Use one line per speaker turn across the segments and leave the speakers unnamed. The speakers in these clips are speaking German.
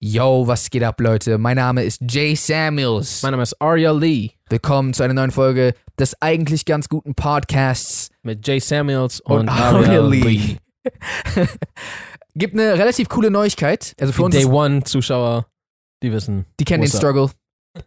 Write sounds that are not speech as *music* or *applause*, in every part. Yo, was geht ab, Leute? Mein Name ist Jay Samuels.
Mein Name ist Arya Lee
Willkommen zu einer neuen Folge des eigentlich ganz guten Podcasts
mit Jay Samuels und,
und
Arya Lee.
*laughs* Gibt eine relativ coole Neuigkeit. Also für
Die
uns,
Day
ist,
One Zuschauer, die wissen.
die kennen den
What's up?
Struggle.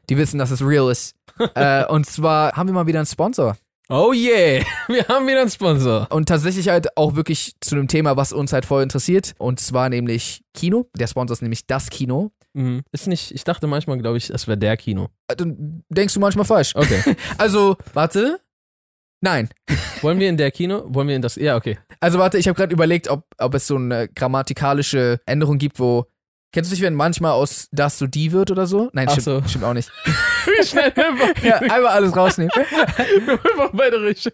Die wissen, dass es real ist.
*laughs*
äh, und zwar haben wir mal wieder einen Sponsor.
Oh yeah, *laughs* wir haben wieder einen Sponsor.
Und tatsächlich halt auch wirklich zu einem Thema, was uns halt voll interessiert. Und zwar nämlich Kino. Der Sponsor ist nämlich das Kino.
Mhm. Ist nicht, ich dachte manchmal, glaube ich, es wäre der Kino.
Äh, Dann denkst du manchmal falsch.
Okay.
Also, warte. Nein.
wollen wir in der Kino? Wollen wir in das? Ja, okay.
Also, warte, ich habe gerade überlegt, ob, ob es so eine grammatikalische Änderung gibt, wo. Kennst du dich, wenn manchmal aus das so die wird oder so? Nein,
Ach
stimmt,
so.
stimmt auch *laughs* nicht.
Wie schnell
Ja, einmal alles rausnehmen.
*laughs* wir beide richtig.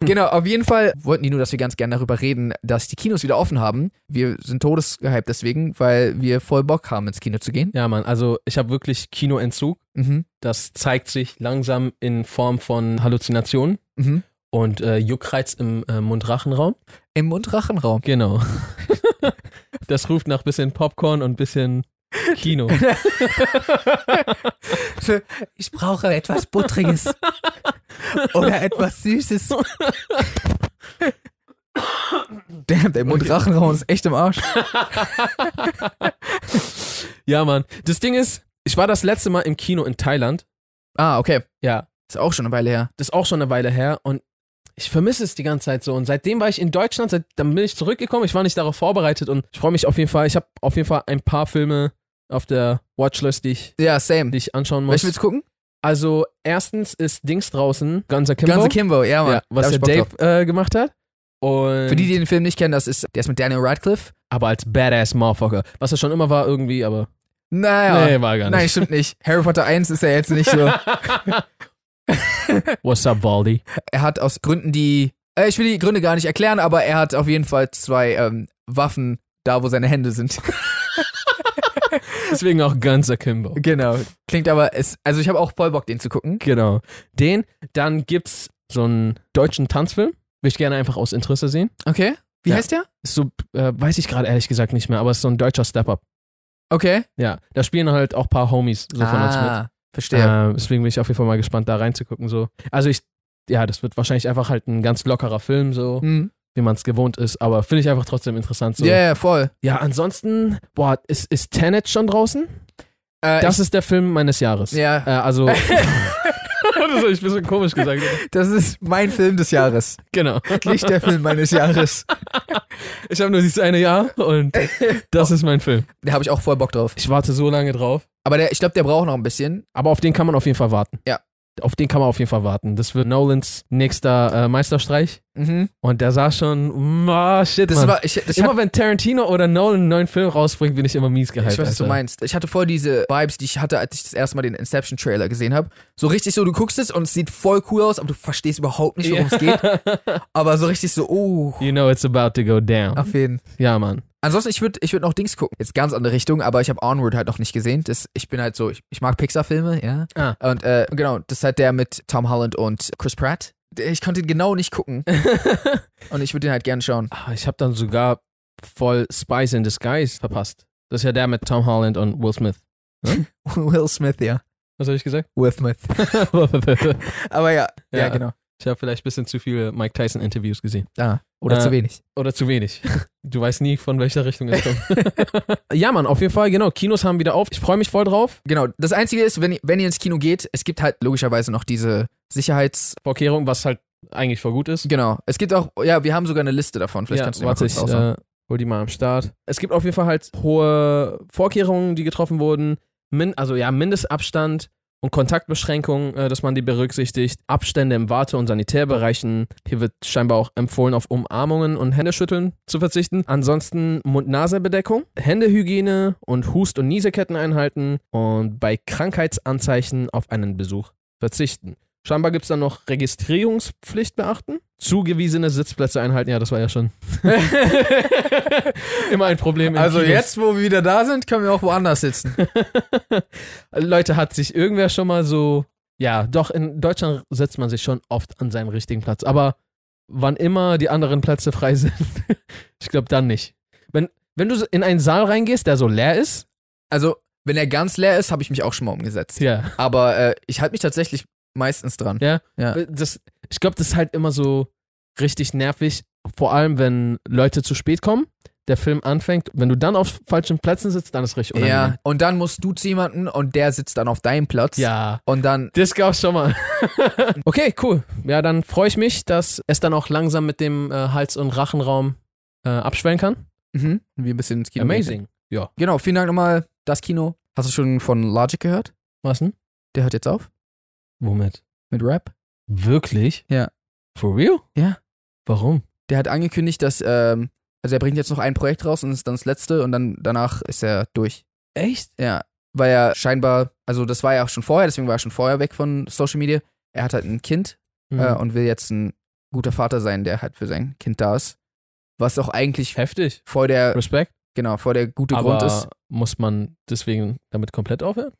Genau, auf jeden Fall wollten die nur, dass wir ganz gerne darüber reden, dass die Kinos wieder offen haben. Wir sind todesgehypt deswegen, weil wir voll Bock haben, ins Kino zu gehen.
Ja, Mann, also ich habe wirklich Kinoentzug.
Mhm.
Das zeigt sich langsam in Form von Halluzinationen
Mhm.
und äh, Juckreiz im äh, Mundrachenraum.
Im Mundrachenraum.
Genau. *laughs* das ruft nach bisschen Popcorn und bisschen *laughs* Kino.
Ich brauche etwas Buttriges. *laughs* Oder etwas *laughs* Süßes. Damn, der Mundrachenraum ist echt im Arsch.
ja, Mann. Das Ding ist, ich war das letzte Mal im Kino in Thailand.
Ah, okay.
Ja.
Ist auch schon eine Weile her.
Das ist auch schon eine Weile her und ich vermisse es die ganze Zeit so. Und seitdem war ich in Deutschland, seit, dann bin ich zurückgekommen. Ich war nicht darauf vorbereitet und ich freue mich auf jeden Fall. Ich habe auf jeden Fall ein paar Filme auf der Watchlist, die ich,
Ja, same.
die ich anschauen muss.
Welchen willst du gucken?
Also, erstens ist Dings draußen, Guns Kimbo,
Ganze Kimbo, ja, Mann.
ja, was
Da hab
der
ich Bock drauf.
Dave äh, gemacht hat. Und
Für die, die den Film nicht kennen, das ist, der ist mit Daniel Radcliffe.
aber als Badass Motherfucker. Was er schon immer war, irgendwie, aber.
Naja.
Nee, war er gar
Nein,
nicht.
stimmt nicht. Harry Potter 1 ist ja jetzt nicht
*laughs*
so.
What's up, Baldi?
Er hat aus Gründen, die. Äh, ich will die Gründe gar nicht erklären, aber er hat auf jeden Fall zwei ähm, Waffen da, wo seine Hände sind. *laughs*
Deswegen auch Guns Akimbo.
genau. Klingt aber. Es, also, ich habe auch voll Bock, den zu gucken.
Genau. Den, dann gibt's so einen deutschen Tanzfilm. Will ich gerne einfach aus Interesse sehen.
Okay. Wie
Ja.
heißt der?
Ist so, äh, weiß ich gerade ehrlich gesagt nicht mehr, aber ist so ein deutscher Step-Up.
Okay.
Ja, da spielen halt auch ein paar Homies so von
Ah.
uns mit.
Verstehe.
Äh, deswegen bin ich auf jeden Fall mal gespannt, da reinzugucken. So. Also ich, ja, das wird wahrscheinlich einfach halt ein ganz lockerer Film, so,
Mhm.
wie man es gewohnt ist, aber finde ich einfach trotzdem interessant. So.
Ja, ja, voll.
Ja, ansonsten, boah, ist, ist Tenet schon draußen?
Äh,
Das ist der Film meines Jahres.
ich, ja,
Äh,
*laughs*
also. *laughs* das habe ich ein bisschen komisch gesagt.
das ist mein Film des Jahres.
Genau.
Nicht der Film meines Jahres.
Ich habe nur dieses eine Jahr und das ist mein Film.
Da habe ich auch voll Bock drauf.
Ich warte so lange drauf.
Aber der, ich glaube, der braucht noch ein bisschen.
Aber auf den kann man auf jeden Fall warten.
Ja.
Auf den kann man auf jeden Fall warten. Das wird Nolans nächster äh, Meisterstreich.
Mhm.
Und der sah schon, ah, shit,
Das
Mann.
war, ich, ich,
immer wenn Tarantino oder Nolan einen neuen Film rausbringt, bin ich immer mies gehalten.
Ich weiß, was du meinst. Ich hatte voll diese Vibes, die ich hatte, als ich das erste Mal den Inception-Trailer gesehen habe. So richtig so, du guckst es und es sieht voll cool aus, aber du verstehst überhaupt nicht, worum es geht. Aber so richtig so, oh,
You know it's about to go down.
auf jeden
Ja, Mann.
Ansonsten, ich würde ich würd noch Dings gucken. Jetzt ganz andere Richtung, aber ich habe Onward halt noch nicht gesehen. Das, ich bin halt so, ich, ich mag Pixar-Filme, ja.
Ah.
Und äh, genau, das ist halt der mit Tom Holland und Chris Pratt. Der- Ich konnte ihn genau nicht gucken.
*laughs*
und ich würde ihn halt gerne schauen. *laughs*
Ah, Ich habe dann sogar voll Spies in Disguise verpasst. Das ist ja der mit Tom Holland und Will Smith.
Will Smith, ja.
Was habe ich gesagt?
Will Smith.
*laughs* ich
Aber ja, ja,
Ja.
genau.
habe vielleicht ein bisschen zu viele Mike Tyson-Interviews gesehen.
Ah, oder
Äh,
zu wenig.
Oder zu wenig. *laughs* Du weißt nie, von welcher Richtung es kommt. *laughs* ja, Mann, auf jeden Fall, genau. Kinos haben wieder auf. Ich freue mich voll drauf.
Genau, das Einzige ist, wenn, ihr- wenn ihr ins Kino geht, es gibt halt logischerweise noch diese Sicherheits...
Vorkehrung, was halt eigentlich voll gut ist.
Genau, es gibt auch, ja, wir haben sogar eine Liste davon. Vielleicht
ja,
kannst du die
warte,
mal kurz
ich
raushauen.
äh, hol die mal am Start. Es gibt auf jeden Fall halt hohe Vorkehrungen, die getroffen wurden. Min also ja, Mindestabstand und Kontaktbeschränkungen, äh, dass man die berücksichtigt. Abstände im Warte- und Sanitärbereichen. Hier wird scheinbar auch empfohlen, auf Umarmungen und Händeschütteln zu verzichten. Ansonsten Mund-Nase-Bedeckung, Händehygiene und Hust- und Nieseketten einhalten und bei Krankheitsanzeichen auf einen Besuch verzichten. Scheinbar gibt es dann noch Registrierungspflicht beachten. Zugewiesene Sitzplätze einhalten. Ja, das war ja
*laughs*
schon immer ein Problem. in
also
Kinos.
jetzt, wo wir wieder da sind, können wir auch woanders sitzen.
Leute, hat sich irgendwer schon mal so. Ja, doch, in Deutschland setzt man sich schon oft an seinen richtigen Platz. Aber wann immer die anderen Plätze *laughs* frei sind, ich glaube dann nicht. Wenn, wenn du so in einen Saal reingehst, der so leer ist,
*laughs* also, wenn er ganz leer ist, habe ich mich auch schon mal umgesetzt.
Ja.
Aber äh, ich halte mich tatsächlich meistens dran.
Ja?
Ja.
Äh, Das, ich glaube, das ist halt immer so richtig nervig, vor allem wenn Leute zu spät kommen, der Film anfängt. Wenn du dann auf falschen Plätzen sitzt, dann ist es richtig
Ja,
unangenehm.
und dann musst du zu jemandem und der sitzt dann auf deinem Platz.
Ja.
Und dann,
Das gab's schon mal. *laughs* okay, cool. Ja, dann freue ich mich, dass es dann auch langsam mit dem äh, Hals- und Rachenraum äh, abschwellen kann.
mhm, wir ein bisschen ins Kino. gehen.
Amazing. Ja.
Genau, vielen Dank nochmal, das Kino. Hast du schon von Logic gehört?
Was denn?
Der hört jetzt auf
Womit?
mit Rap.
Wirklich?
Ja.
For real?
Ja.
Warum?
Der hat angekündigt, dass, ähm, also er bringt jetzt noch ein Projekt raus und ist dann das letzte und dann danach ist er durch.
Echt?
Ja, weil er scheinbar, also das war ja auch schon vorher, deswegen war er schon vorher weg von Social Media. Er hat halt ein Kind
Hm. Mhm.
äh, und will jetzt ein guter Vater sein, der halt für sein Kind da ist. Was auch eigentlich
Heftig.
voll der,
Respekt.
genau, voll der gute
Äh, Aber
Grund ist.
muss man deswegen damit komplett aufhören?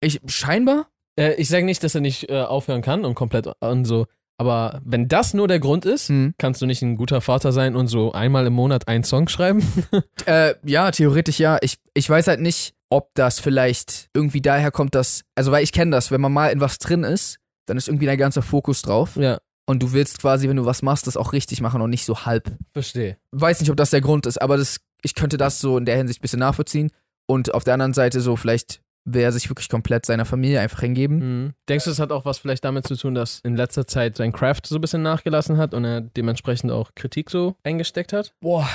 Ich, scheinbar?
Äh, ich sage nicht, dass er nicht äh, aufhören kann und komplett und so. Aber wenn das nur der Grund ist,
Hm.
kannst du nicht ein guter Vater sein und so einmal im Monat einen Song schreiben?
Äh, ja, theoretisch ja. Ich, ich weiß halt nicht, ob das vielleicht irgendwie daher kommt, dass, also weil ich kenne das, wenn man mal in was drin ist, dann ist irgendwie dein ganzer Fokus
*laughs*
drauf
ja,
und du willst quasi, wenn du was machst, das auch richtig machen und nicht so halb.
verstehe.
Weiß nicht, ob das der Grund ist, aber das, ich könnte das so in der Hinsicht ein bisschen nachvollziehen und auf der anderen Seite so vielleicht will er sich wirklich komplett seiner Familie einfach hingeben.
Mhm. Denkst du, es hat auch was vielleicht damit zu tun, dass in letzter Zeit sein Craft so ein bisschen nachgelassen hat und er dementsprechend auch Kritik so eingesteckt hat?
Boah,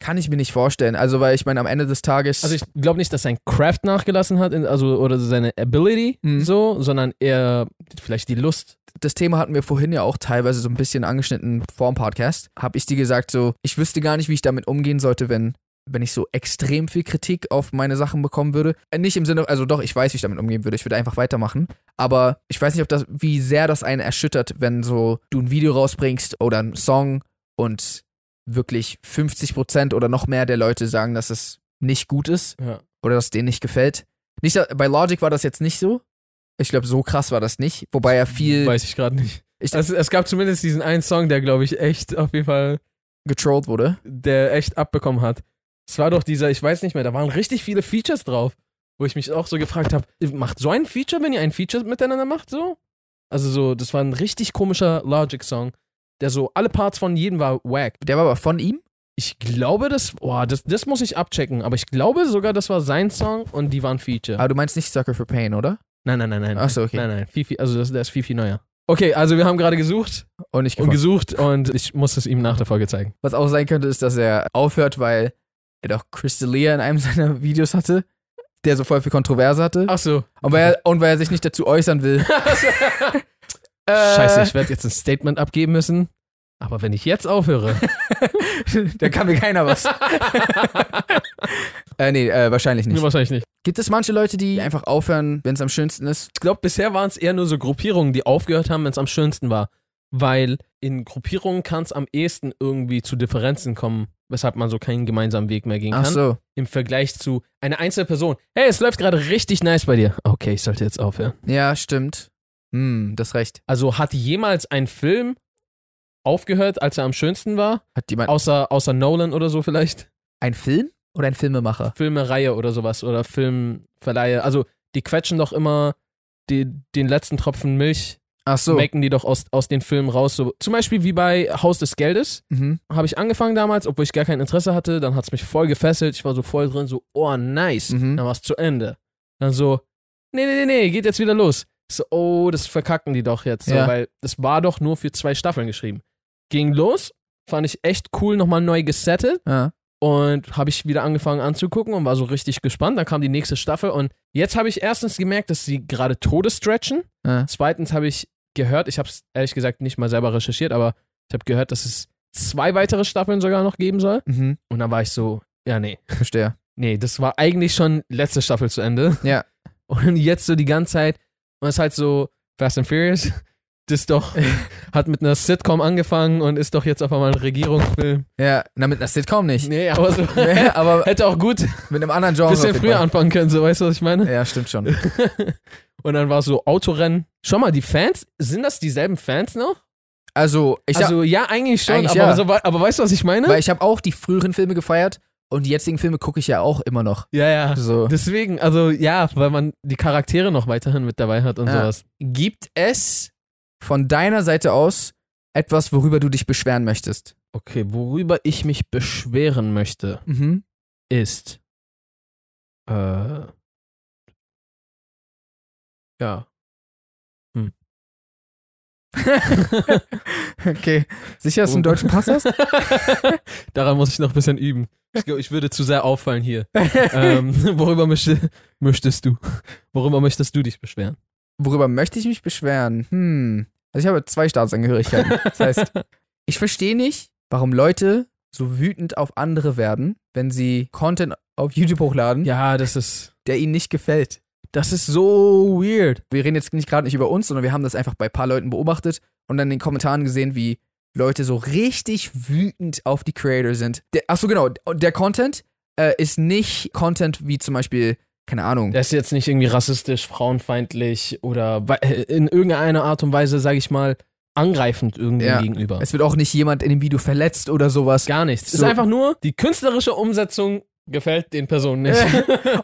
kann ich mir nicht vorstellen. Also weil ich meine, am Ende des Tages,
Also ich glaube nicht, dass sein Craft nachgelassen hat, in, also oder seine Ability
Mhm.
so, sondern eher vielleicht die Lust.
das Thema hatten wir vorhin ja auch teilweise so ein bisschen angeschnitten vor dem Podcast, habe ich dir gesagt, so, ich wüsste gar nicht, wie ich damit umgehen sollte, wenn, wenn ich so extrem viel Kritik auf meine Sachen bekommen würde. Äh, Nicht im Sinne, also doch, ich weiß, wie ich damit umgehen würde, ich würde einfach weitermachen, aber ich weiß nicht, ob das, wie sehr das einen erschüttert, wenn so du ein Video rausbringst oder einen Song und wirklich 50% oder noch mehr der Leute sagen, dass es nicht gut ist
Ja.
oder dass es denen nicht gefällt. Nicht, dass- bei Logic war das jetzt nicht so. Ich glaube, so krass war das nicht. Wobei er viel.
Weiß ich gerade nicht.
Ich-
also, es gab zumindest diesen einen Song, der, glaube ich, echt auf jeden Fall,
getrollt wurde.
der echt abbekommen hat. Es war doch dieser, ich weiß nicht mehr, da waren richtig viele Features drauf, wo ich mich auch so gefragt habe, macht so ein Feature, wenn ihr ein Feature miteinander macht, so? Also so, das war ein richtig komischer Logic-Song, der so, alle Parts von jedem war wack.
Der war aber von ihm?
Ich glaube, das, boah, das, das muss ich abchecken, aber ich glaube sogar, das war sein Song und die waren Feature.
Aber du meinst nicht Sucker for Pain, oder?
Ah, Nein, nein, nein, nein.
Achso, okay.
Nein, nein, Fifi, also das, der ist Fifi neuer. Okay, also wir haben gerade gesucht
Und ich
und gesucht und ich muss es ihm nach der Folge zeigen.
Was auch sein könnte, ist, dass er aufhört, weil er doch Chris D'Elia in einem *laughs* seiner Videos hatte, der so voll viel Kontroverse hatte.
Ach so.
Und weil, er, und weil er sich nicht dazu
*laughs*
äußern will. Äh,
Scheiße, ich werde jetzt ein Statement abgeben müssen. Aber wenn ich jetzt aufhöre.
*laughs* da kann mir keiner
*laughs*
was. äh, nee, äh, wahrscheinlich
Nee,
nicht.
wahrscheinlich nicht.
Gibt es manche Leute, die einfach aufhören, wenn es am schönsten ist?
Ich glaube, bisher waren es eher nur so Gruppierungen, die aufgehört haben, wenn es am schönsten war. Weil in Gruppierungen kann es am ehesten irgendwie zu Differenzen kommen, weshalb man so keinen gemeinsamen Weg mehr gehen kann.
Ach so.
Im Vergleich zu einer einzelnen Person. Hey, es läuft gerade richtig nice bei dir. Okay, ich sollte jetzt aufhören.
Ja, stimmt. Hm, das recht.
Also hat jemals ein Film aufgehört, als er am schönsten war?
Hat jemand.
Außer, außer Nolan oder so vielleicht?
Ein Film oder ein Filmemacher?
Filmereihe oder sowas oder Filmverleihe. Also die quetschen doch immer die, den letzten Tropfen Milch,
Ach so.
melken die doch aus, aus den Filmen raus. So. Zum Beispiel wie bei Haus des Geldes.
Mhm.
Habe ich angefangen damals, obwohl ich gar kein Interesse hatte. Dann hat es mich voll gefesselt. Ich war so voll drin, so, oh, nice.
Mhm.
Dann war es zu Ende. Dann so, nee, nee, nee, nee, geht jetzt wieder los. Ich So, oh, das verkacken die doch jetzt. So,
Ja.
Weil das war doch nur für zwei Staffeln geschrieben. Ging los, fand ich echt cool, nochmal neu gesettet.
Ja.
Und habe ich wieder angefangen anzugucken und war so richtig gespannt. Dann kam die nächste Staffel und jetzt habe ich erstens gemerkt, dass sie gerade Tode stretchen.
Ja.
Zweitens habe ich gehört, ich habe es ehrlich gesagt nicht mal selber recherchiert, aber ich habe gehört, dass es zwei weitere Staffeln sogar noch geben soll.
Mhm.
Und dann war ich so, ja, nee.
Verstehe.
Nee, das war eigentlich schon letzte Staffel zu Ende.
Ja.
*laughs* Und jetzt so die ganze Zeit, und es ist halt so, Fast and Furious, das ist
*laughs*
doch, hat mit einer Sitcom angefangen und ist doch jetzt auf einmal ein Regierungsfilm.
Ja, na, mit einer Sitcom nicht.
Nee, aber so.
*laughs* Nee,
*laughs*
aber
Hätte auch gut
mit einem anderen Genre.
bisschen
auf jeden
früher
Fall.
anfangen können, so weißt du, was ich meine?
Ja, stimmt schon.
*laughs* Und dann war es so Autorennen. Schau mal, die Fans, sind das dieselben Fans noch?
Also, ich
also ne? ja, eigentlich schon,
Eigentlich
aber,
ja.
so, aber weißt du, was ich meine?
hab, weil ich habe auch die früheren Filme gefeiert Und die jetzigen Filme gucke ich ja auch immer noch.
Ja, ja.
So.
Deswegen, also ja, weil man die Charaktere noch weiterhin mit dabei hat und
Ja.
sowas.
Gibt es von deiner Seite aus etwas, worüber du dich beschweren möchtest?
Okay, worüber ich mich beschweren möchte,
Mhm.
ist. Äh. Ja. Hm.
*laughs* Okay. Sicher, dass du einen
Oh.
deutschen Pass hast?
*laughs* Daran muss ich noch ein bisschen üben. Ich glaube, ich würde zu sehr auffallen hier. *laughs* ähm, worüber möchte, möchtest du? Worüber möchtest du dich beschweren?
Worüber möchte ich mich beschweren? Hm. Also ich habe zwei Staatsangehörigkeiten. Das heißt, ich verstehe nicht, warum Leute so wütend auf andere werden, wenn sie Content auf YouTube hochladen,
Ja, das ist.
der ihnen nicht gefällt.
Das ist so weird.
Wir reden jetzt nicht gerade nicht über uns, sondern wir haben das einfach bei ein paar Leuten beobachtet und dann in den Kommentaren gesehen, wie Leute so richtig wütend auf die Creator sind. Der, ach so genau, der Content äh, ist nicht Content wie zum Beispiel, keine Ahnung,
Das ist jetzt nicht irgendwie rassistisch, frauenfeindlich oder we- äh, in irgendeiner Art und Weise, sage ich mal, angreifend irgendwie
Ja.
gegenüber.
es wird auch nicht jemand in dem Video verletzt oder sowas.
Gar nichts.
So.
Ist einfach nur, die künstlerische Umsetzung gefällt den Personen nicht.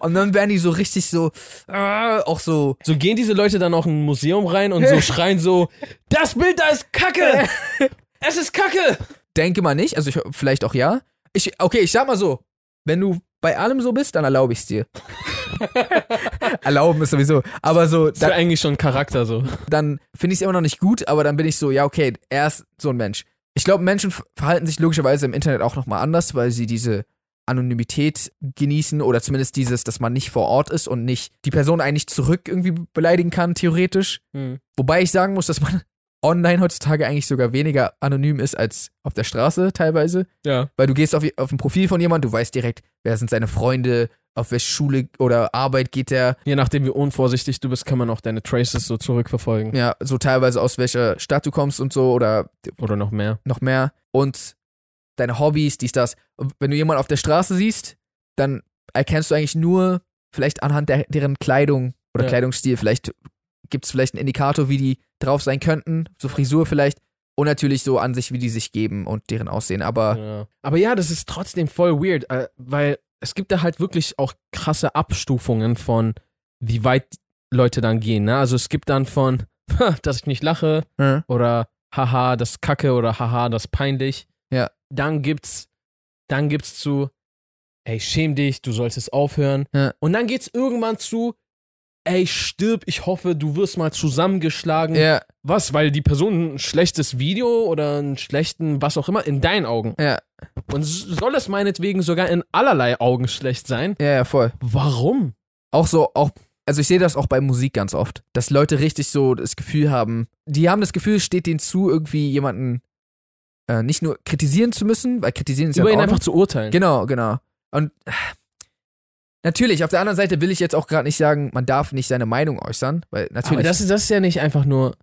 Und dann werden die so richtig so, äh, auch so,
*laughs* so gehen diese Leute dann auch in ein Museum rein und *laughs* so schreien so, das Bild da ist *laughs* Kacke! es ist Kacke!
denke mal nicht, also ich, vielleicht auch ja. Ich, okay, ich sag mal so, wenn du bei allem so bist, dann erlaube ich es dir. Erlauben ist sowieso. Aber so,
Das ist
dann,
ja eigentlich schon Charakter so.
dann finde ich es immer noch nicht gut, aber dann bin ich so, ja, okay, er ist so ein Mensch. Ich glaube, Menschen f- verhalten sich logischerweise im Internet auch nochmal anders, weil sie diese Anonymität genießen oder zumindest dieses, dass man nicht vor Ort ist und nicht die Person eigentlich zurück irgendwie beleidigen kann, theoretisch.
Hm.
Wobei ich sagen muss, dass man *laughs* online heutzutage eigentlich sogar weniger anonym ist als auf der Straße teilweise.
Ja.
Weil du gehst auf, auf ein Profil von jemandem, du weißt direkt, wer sind seine Freunde, auf welche Schule oder Arbeit geht der,
Je nachdem, wie unvorsichtig du bist, kann man auch deine Traces so zurückverfolgen.
ja, so teilweise aus welcher Stadt du kommst und so oder
Oder noch mehr.
noch mehr. Und deine Hobbys, dies, das. Und wenn du jemanden auf der Straße siehst, dann erkennst du eigentlich nur vielleicht anhand der, deren Kleidung oder
Ja.
Kleidungsstil. Vielleicht gibt es vielleicht einen Indikator, wie die drauf sein könnten, so Frisur vielleicht. Und natürlich so an sich, wie die sich geben und deren Aussehen. Aber
Ja. Aber ja, das ist trotzdem voll weird, äh, weil es gibt da halt wirklich auch krasse Abstufungen von, wie weit Leute dann gehen. Ne? Also es gibt dann von, *laughs* dass ich nicht lache,
ja.
oder haha, das ist Kacke oder haha, das ist peinlich.
Ja.
Dann gibt's, dann gibt's zu, ey, schäm dich, du solltest aufhören.
Ja.
Und dann geht's irgendwann zu, ey, stirb, ich hoffe, du wirst mal zusammengeschlagen.
ja,
Was, weil die Person ein schlechtes Video oder einen schlechten, was auch immer, in deinen Augen.
ja,
Und s- soll es meinetwegen sogar in allerlei Augen schlecht sein?
ja, ja, voll.
Warum?
Auch so, auch, also ich sehe das auch bei Musik ganz oft, dass Leute richtig so das Gefühl haben, die haben das Gefühl, es steht denen zu, irgendwie jemanden äh, nicht nur kritisieren zu müssen, weil kritisieren ist ja
Über
in
ihn
Ordnung.
einfach zu urteilen.
Genau, genau. Und äh, natürlich, auf der anderen Seite will ich jetzt auch gerade nicht sagen, man darf nicht seine Meinung äußern, weil natürlich.
Aber das ist, das ist ja nicht einfach nur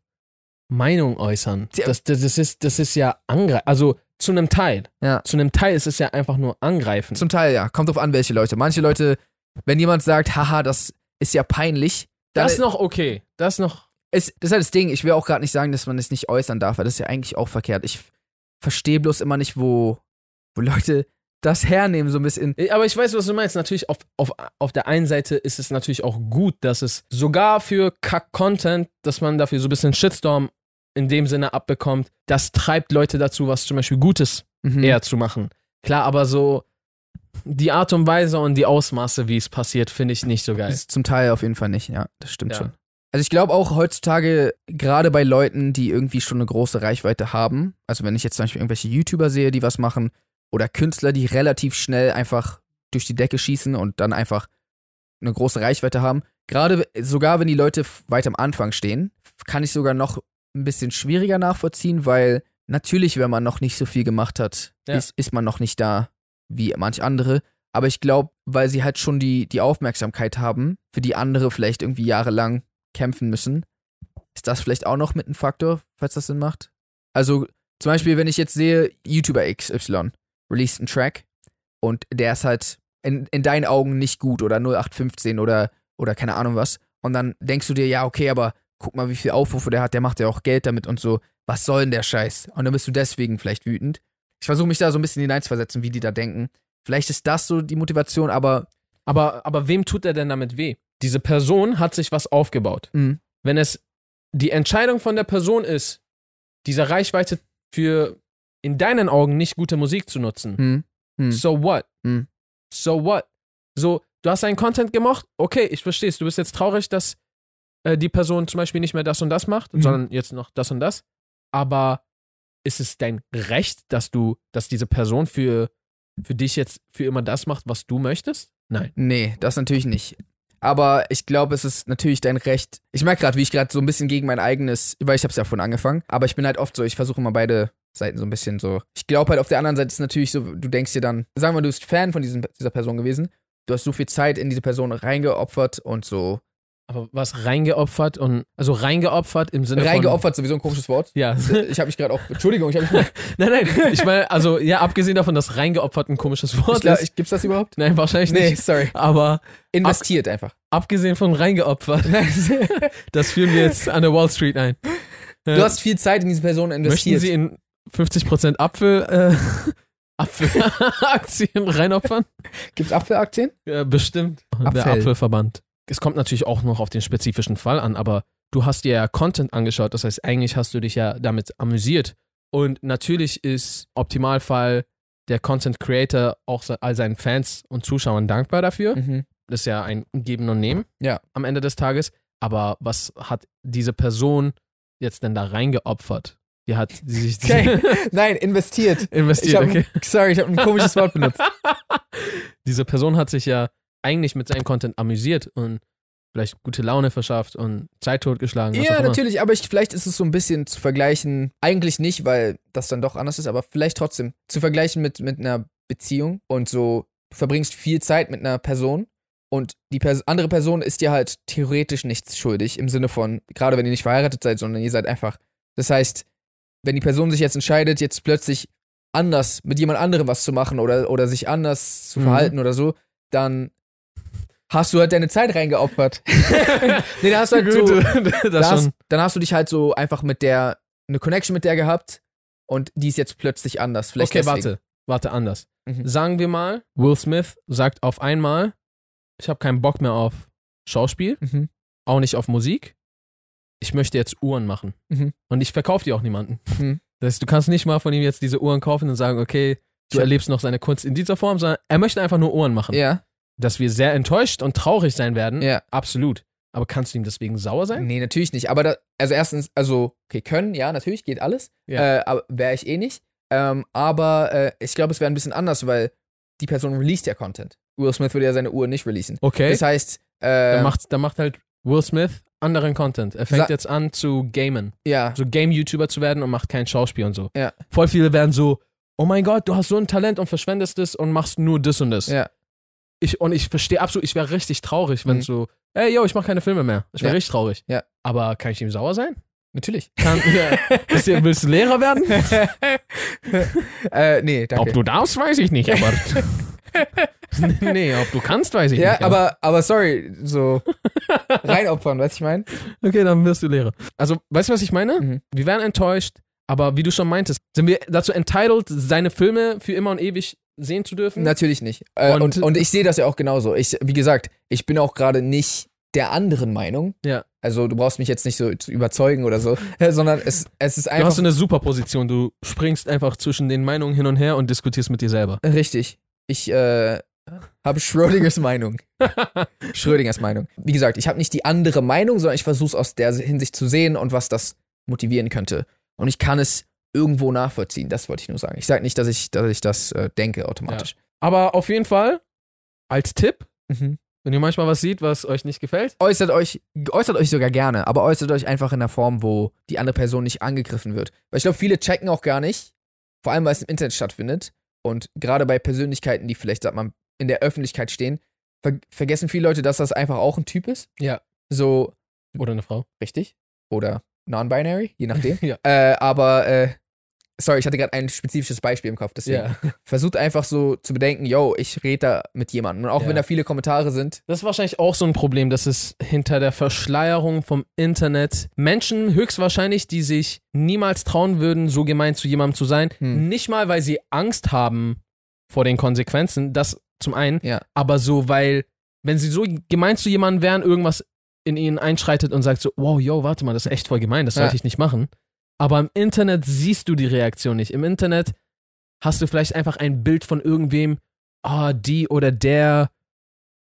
Meinung äußern.
Tja.
Das, das, das, ist, das ist ja angreifen. Also zu einem Teil.
Ja.
Zu einem Teil ist es ja einfach nur angreifen.
zum Teil, ja. Kommt drauf an, welche Leute. Manche Leute, wenn jemand sagt, haha, das ist ja peinlich, dann
das noch okay. Das noch.
ist, das ist halt das Ding. Ich will auch gerade nicht sagen, dass man es nicht äußern darf, weil das ist ja eigentlich auch verkehrt. Ich verstehe bloß immer nicht, wo, wo Leute das hernehmen, so ein bisschen.
Äh, Aber ich weiß, was du meinst. Natürlich, auf, auf, auf der einen Seite ist es natürlich auch gut, dass es sogar für Kack-Content, dass man dafür so ein bisschen Shitstorm in dem Sinne abbekommt, das treibt Leute dazu, was zum Beispiel Gutes
Mhm.
eher zu machen. Klar, aber so die Art und Weise und die Ausmaße, wie es passiert, finde ich nicht so geil.
Das ist zum Teil auf jeden Fall nicht, ja, das stimmt
Ja.
schon. Also ich glaube auch heutzutage, gerade bei Leuten, die irgendwie schon eine große Reichweite haben, also wenn ich jetzt zum Beispiel irgendwelche YouTuber sehe, die was machen, oder Künstler, die relativ schnell einfach durch die Decke schießen und dann einfach eine große Reichweite haben, gerade sogar wenn die Leute f- weit am Anfang stehen, kann ich sogar noch ein bisschen schwieriger nachvollziehen, weil natürlich, wenn man noch nicht so viel gemacht hat,
Ja.
ist, ist man noch nicht da wie manch andere. Aber ich glaube, weil sie halt schon die, die Aufmerksamkeit haben, für die andere vielleicht irgendwie jahrelang kämpfen müssen, ist das vielleicht auch noch mit ein Faktor, falls das Sinn macht. Also zum Beispiel, wenn ich jetzt sehe, YouTuber XY released einen Track und der ist halt in, in deinen Augen nicht gut oder 0815 oder, oder keine Ahnung was. Und dann denkst du dir, ja, okay, aber guck mal, wie viel Aufrufe der hat, der macht ja auch Geld damit und so. Was soll denn der Scheiß? Und dann bist du deswegen vielleicht wütend. Ich versuche mich da so ein bisschen hineinzuversetzen, wie die da denken. Vielleicht ist das so die Motivation, aber
Aber, aber wem tut er denn damit weh? Diese Person hat sich was aufgebaut.
mh,
Wenn es die Entscheidung von der Person ist, diese Reichweite für in deinen Augen nicht gute Musik zu nutzen,
mh, Hm.
So what?
Hm.
So what? So, du hast deinen Content gemacht, okay, ich verstehe es. Du bist jetzt traurig, dass äh, die Person zum Beispiel nicht mehr das und das macht,
Mhm.
sondern jetzt noch das und das. Aber ist es dein Recht, dass du, dass diese Person für, für dich jetzt für immer das macht, was du möchtest? Nein.
nee, das natürlich nicht. Aber ich glaube, es ist natürlich dein Recht. Ich merke gerade, wie ich gerade so ein bisschen gegen mein eigenes, weil ich habe es ja vorhin angefangen, aber ich bin halt oft so, ich versuche immer beide Seiten so ein bisschen so. Ich glaube halt auf der anderen Seite ist natürlich so, du denkst dir dann, sagen wir, mal, du bist Fan von diesem, dieser Person gewesen, du hast so viel Zeit in diese Person reingeopfert und so.
Aber was reingeopfert und also reingeopfert im Sinne
Reingeopfert, sowieso ein komisches Wort.
von
*laughs*
ja. *laughs*
Ich habe mich gerade auch, Entschuldigung, ich habe mich
nein, nein. Ich meine, also ja, abgesehen davon, dass reingeopfert ein komisches Wort
Ich glaub,
ist.
ich, gibt's das überhaupt?
nein, wahrscheinlich
Nee,
nicht.
sorry.
Aber
Investiert einfach.
abgesehen von
*laughs*
reingeopfert. Das führen wir jetzt an der Wall Street ein. Äh,
Du hast viel Zeit in diese Person
möchten
investiert.
Sie in 50% Apfel, äh, *laughs* Apfelaktien reinopfern?
Gibt's Apfelaktien?
Ja, bestimmt. Der
Apfel.
Apfelverband. Es kommt natürlich auch noch auf den spezifischen Fall an, aber du hast dir ja Content angeschaut, das heißt, eigentlich hast du dich ja damit amüsiert. Und natürlich ist Optimalfall der Content Creator auch se- all seinen Fans und Zuschauern dankbar dafür.
Mhm.
Das ist ja ein Geben und Nehmen
Ja.
am Ende des Tages. Aber was hat diese Person jetzt denn da reingeopfert? Die hat sie
*laughs*
sich
Okay. Nein, investiert.
*laughs*
Ich
investiert,
hab,
okay?
Sorry, ich habe ein komisches Wort benutzt.
Diese Person hat sich ja eigentlich mit seinem Content amüsiert und vielleicht gute Laune verschafft und Zeit totgeschlagen. was auch
ja,
immer.
natürlich, aber ich, vielleicht ist es so ein bisschen zu vergleichen. Eigentlich nicht, weil das dann doch anders ist, aber vielleicht trotzdem. Zu vergleichen mit, mit einer Beziehung und so, du verbringst viel Zeit mit einer Person und die Pers andere Person ist dir halt theoretisch nichts schuldig, im Sinne von, gerade wenn ihr nicht verheiratet seid, sondern ihr seid einfach. Das heißt, wenn die Person sich jetzt entscheidet, jetzt plötzlich anders mit jemand anderem was zu machen oder, oder sich anders zu
Mhm.
verhalten oder so, dann hast du halt deine Zeit
*laughs*
reingeopfert. nee, da hast du halt so,
Gut, *laughs* das
da hast-
schon.
dann hast du dich halt so einfach mit der, eine Connection mit der gehabt und die ist jetzt plötzlich anders. Vielleicht
Okay,
deswegen.
warte, warte anders.
Mhm.
Sagen wir mal, Will Smith sagt auf einmal, ich habe keinen Bock mehr auf Schauspiel,
Mhm.
auch nicht auf Musik. Ich möchte jetzt Uhren machen.
Mhm.
Und ich verkaufe die auch niemanden.
Mhm.
Das heißt, du kannst nicht mal von ihm jetzt diese Uhren kaufen und sagen, okay,
Ich
du
hab-
erlebst noch seine Kunst in dieser Form, sondern er möchte einfach nur Uhren machen.
Ja,
Dass wir sehr enttäuscht und traurig sein werden,
ja. Mhm.
absolut. Aber kannst du ihm deswegen sauer sein?
Nee, natürlich nicht. Aber da, also erstens, also, okay, können, ja, natürlich, geht alles.
Ja.
Äh, aber wäre ich eh nicht. Ähm, aber äh, ich glaube, es wäre ein bisschen anders, weil die Person released ja Content. Will Smith würde ja seine Uhr nicht releasen.
Okay,
Das heißt,
dann,
äh,
macht, dann macht halt Will Smith anderen Content. Er
Sa-
fängt jetzt an zu gamen. *laughs*
ja,
so Game-YouTuber zu werden und macht kein Schauspiel und so.
Ja.
Voll viele werden so, oh mein Gott, du hast so ein Talent und verschwendest es und machst nur das und das.
Ja.
Ich, und ich verstehe absolut, ich wäre richtig traurig, wenn
Mhm.
so, ey, yo, ich mache keine Filme mehr. Ich wäre
Ja.
richtig traurig.
Ja.
Aber kann ich ihm sauer sein?
natürlich. *laughs*
Kann, Bist du- willst du Lehrer werden?
äh, nee, danke.
Ob du darfst, weiß ich nicht,
*laughs*
aber... *laughs* nee, ob du kannst, weiß ich
ja,
nicht.
aber, aber sorry,
*laughs*
so reinopfern, weißt du, ich meine?
Okay, dann wirst du Lehrer. Also, weißt du, was ich meine?
Mhm.
Wir werden enttäuscht, aber wie du schon meintest, sind wir dazu entitled, seine Filme für immer und ewig sehen zu dürfen?
Natürlich nicht. Äh, und,
Hm. Und-
und, ich sehe das ja auch genauso. Ich, wie gesagt, ich bin auch gerade nicht der anderen Meinung.
Ja.
Also du brauchst mich jetzt nicht so zu überzeugen
*laughs*
oder so, äh, sondern es, es ist
Du
einfach
hast so eine super Position. Du springst einfach zwischen den Meinungen hin und her und diskutierst mit dir selber.
Richtig. Ich äh,
*laughs*
habe Schrödingers Meinung. Schrödingers Meinung. Wie gesagt, ich habe nicht die andere Meinung, sondern ich versuche es aus der Hinsicht zu sehen und was das motivieren könnte. Und ich kann es irgendwo nachvollziehen. Das wollte ich nur sagen. Ich sage nicht, dass ich, dass ich das äh, denke automatisch.
Aber auf jeden Fall, als Tipp,
Mhm.
wenn ihr manchmal was seht, was euch nicht gefällt,
Äußert euch, äußert euch sogar gerne, aber äußert euch einfach in der Form, wo die andere Person nicht angegriffen wird. Weil ich glaube, viele checken auch gar nicht, vor allem weil es im Internet stattfindet und gerade bei Persönlichkeiten, die vielleicht, sag mal, in der Öffentlichkeit stehen, ver vergessen viele Leute, dass das einfach auch ein Typ ist.
Ja.
So,
oder eine Frau.
richtig. Oder non-binary, je nachdem.
*laughs* Ja.
äh, aber, äh, sorry, ich hatte gerade ein spezifisches Beispiel im Kopf, deswegen.
Ja.
Versucht einfach so zu bedenken, yo, ich rede da mit jemandem. Und auch
Ja.
wenn da viele Kommentare sind,
Das ist wahrscheinlich auch so ein Problem, dass es hinter der Verschleierung vom Internet Menschen höchstwahrscheinlich, die sich niemals trauen würden, so gemein zu jemandem zu sein,
Hm.
nicht mal, weil sie Angst haben vor den Konsequenzen. Das zum einen.
Ja.
Aber so, weil, wenn sie so gemein zu jemandem wären, irgendwas in ihnen einschreitet und sagt so, wow, yo, warte mal, das ist echt voll gemein, das
Ja.
sollte ich nicht machen. Aber im Internet siehst du die Reaktion nicht. Im Internet hast du vielleicht einfach ein Bild von irgendwem, ah, die oder der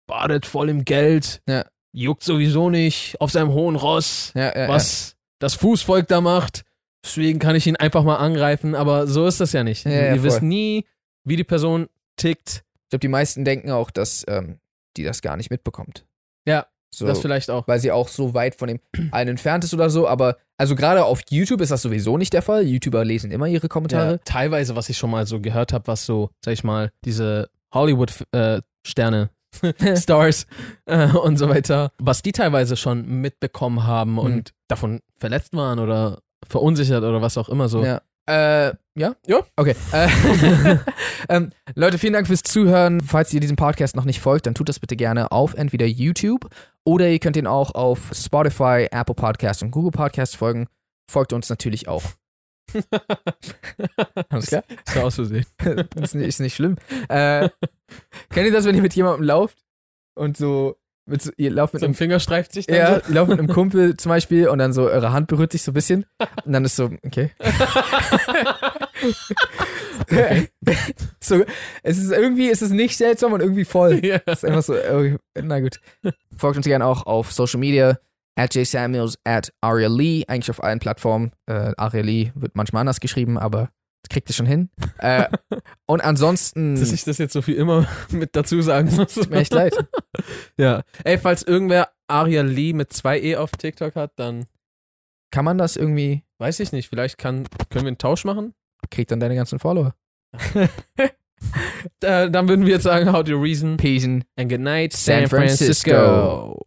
badet voll im Geld,
Ja.
juckt sowieso nicht, auf seinem hohen Ross,
Ja, ja,
was das Fußvolk da macht. Deswegen kann ich ihn einfach mal angreifen, aber so ist das ja nicht.
Ja, ja,
Wir
voll.
wissen nie, wie die Person tickt.
Ich glaube, die meisten denken auch, dass ähm, die das gar nicht mitbekommt.
Ja,
so,
Das vielleicht auch.
weil sie auch so weit von dem *clears throat* einen entfernt ist oder so. Aber also gerade auf YouTube ist das sowieso nicht der Fall. YouTuber lesen immer ihre Kommentare.
Ja, teilweise, was ich schon mal so gehört habe, was so, sag ich mal, diese
*laughs*
Hollywood-Sterne, *laughs* Stars äh, und so weiter, was die teilweise schon mitbekommen
Mhm.
haben und davon verletzt waren oder verunsichert oder was auch immer so.
Ja. Äh, ja?
Ja.
Okay. Äh, *laughs* ähm, Leute, vielen Dank fürs Zuhören. Falls ihr diesem Podcast noch nicht folgt, dann tut das bitte gerne auf entweder YouTube oder ihr könnt ihn auch auf Spotify, Apple Podcasts und Google Podcasts folgen. Folgt uns
*laughs*
natürlich auch. Alles klar?
So aus
*laughs*
Versehen.
ist, nicht, ist nicht schlimm. Äh, kennt ihr das, wenn ihr mit jemandem lauft und so, mit, so ihr lauft mit
So ein
einem
Finger streift sich dann
*laughs* ja,
so.
ihr lauft mit einem Kumpel zum Beispiel und dann so, eure Hand berührt sich so ein bisschen und dann ist so,
*laughs*
okay. *laughs* so, es ist irgendwie, es ist nicht seltsam und irgendwie
*laughs*
voll.
Ja.
Es ist einfach so, okay, na gut. Folgt uns gerne auch auf Social Media, at jsamuels, at Aria Lee, eigentlich auf allen Plattformen. Äh, Aria Lee wird manchmal anders geschrieben, aber das kriegt ihr schon hin. Äh, und ansonsten,
Dass ich das jetzt so viel immer *laughs* mit dazu sagen muss.
mir *laughs* echt leid.
Ja. Ey, falls irgendwer Aria Lee mit 2e auf TikTok hat, dann
Kann man das irgendwie,
weiß ich nicht, vielleicht kann, können wir einen Tausch machen?
kriegt dann deine ganzen Follower.
Äh, dann würden wir jetzt sagen, how do you reason
Peace.
and good night,
San
San,
Francisco.
Francisco.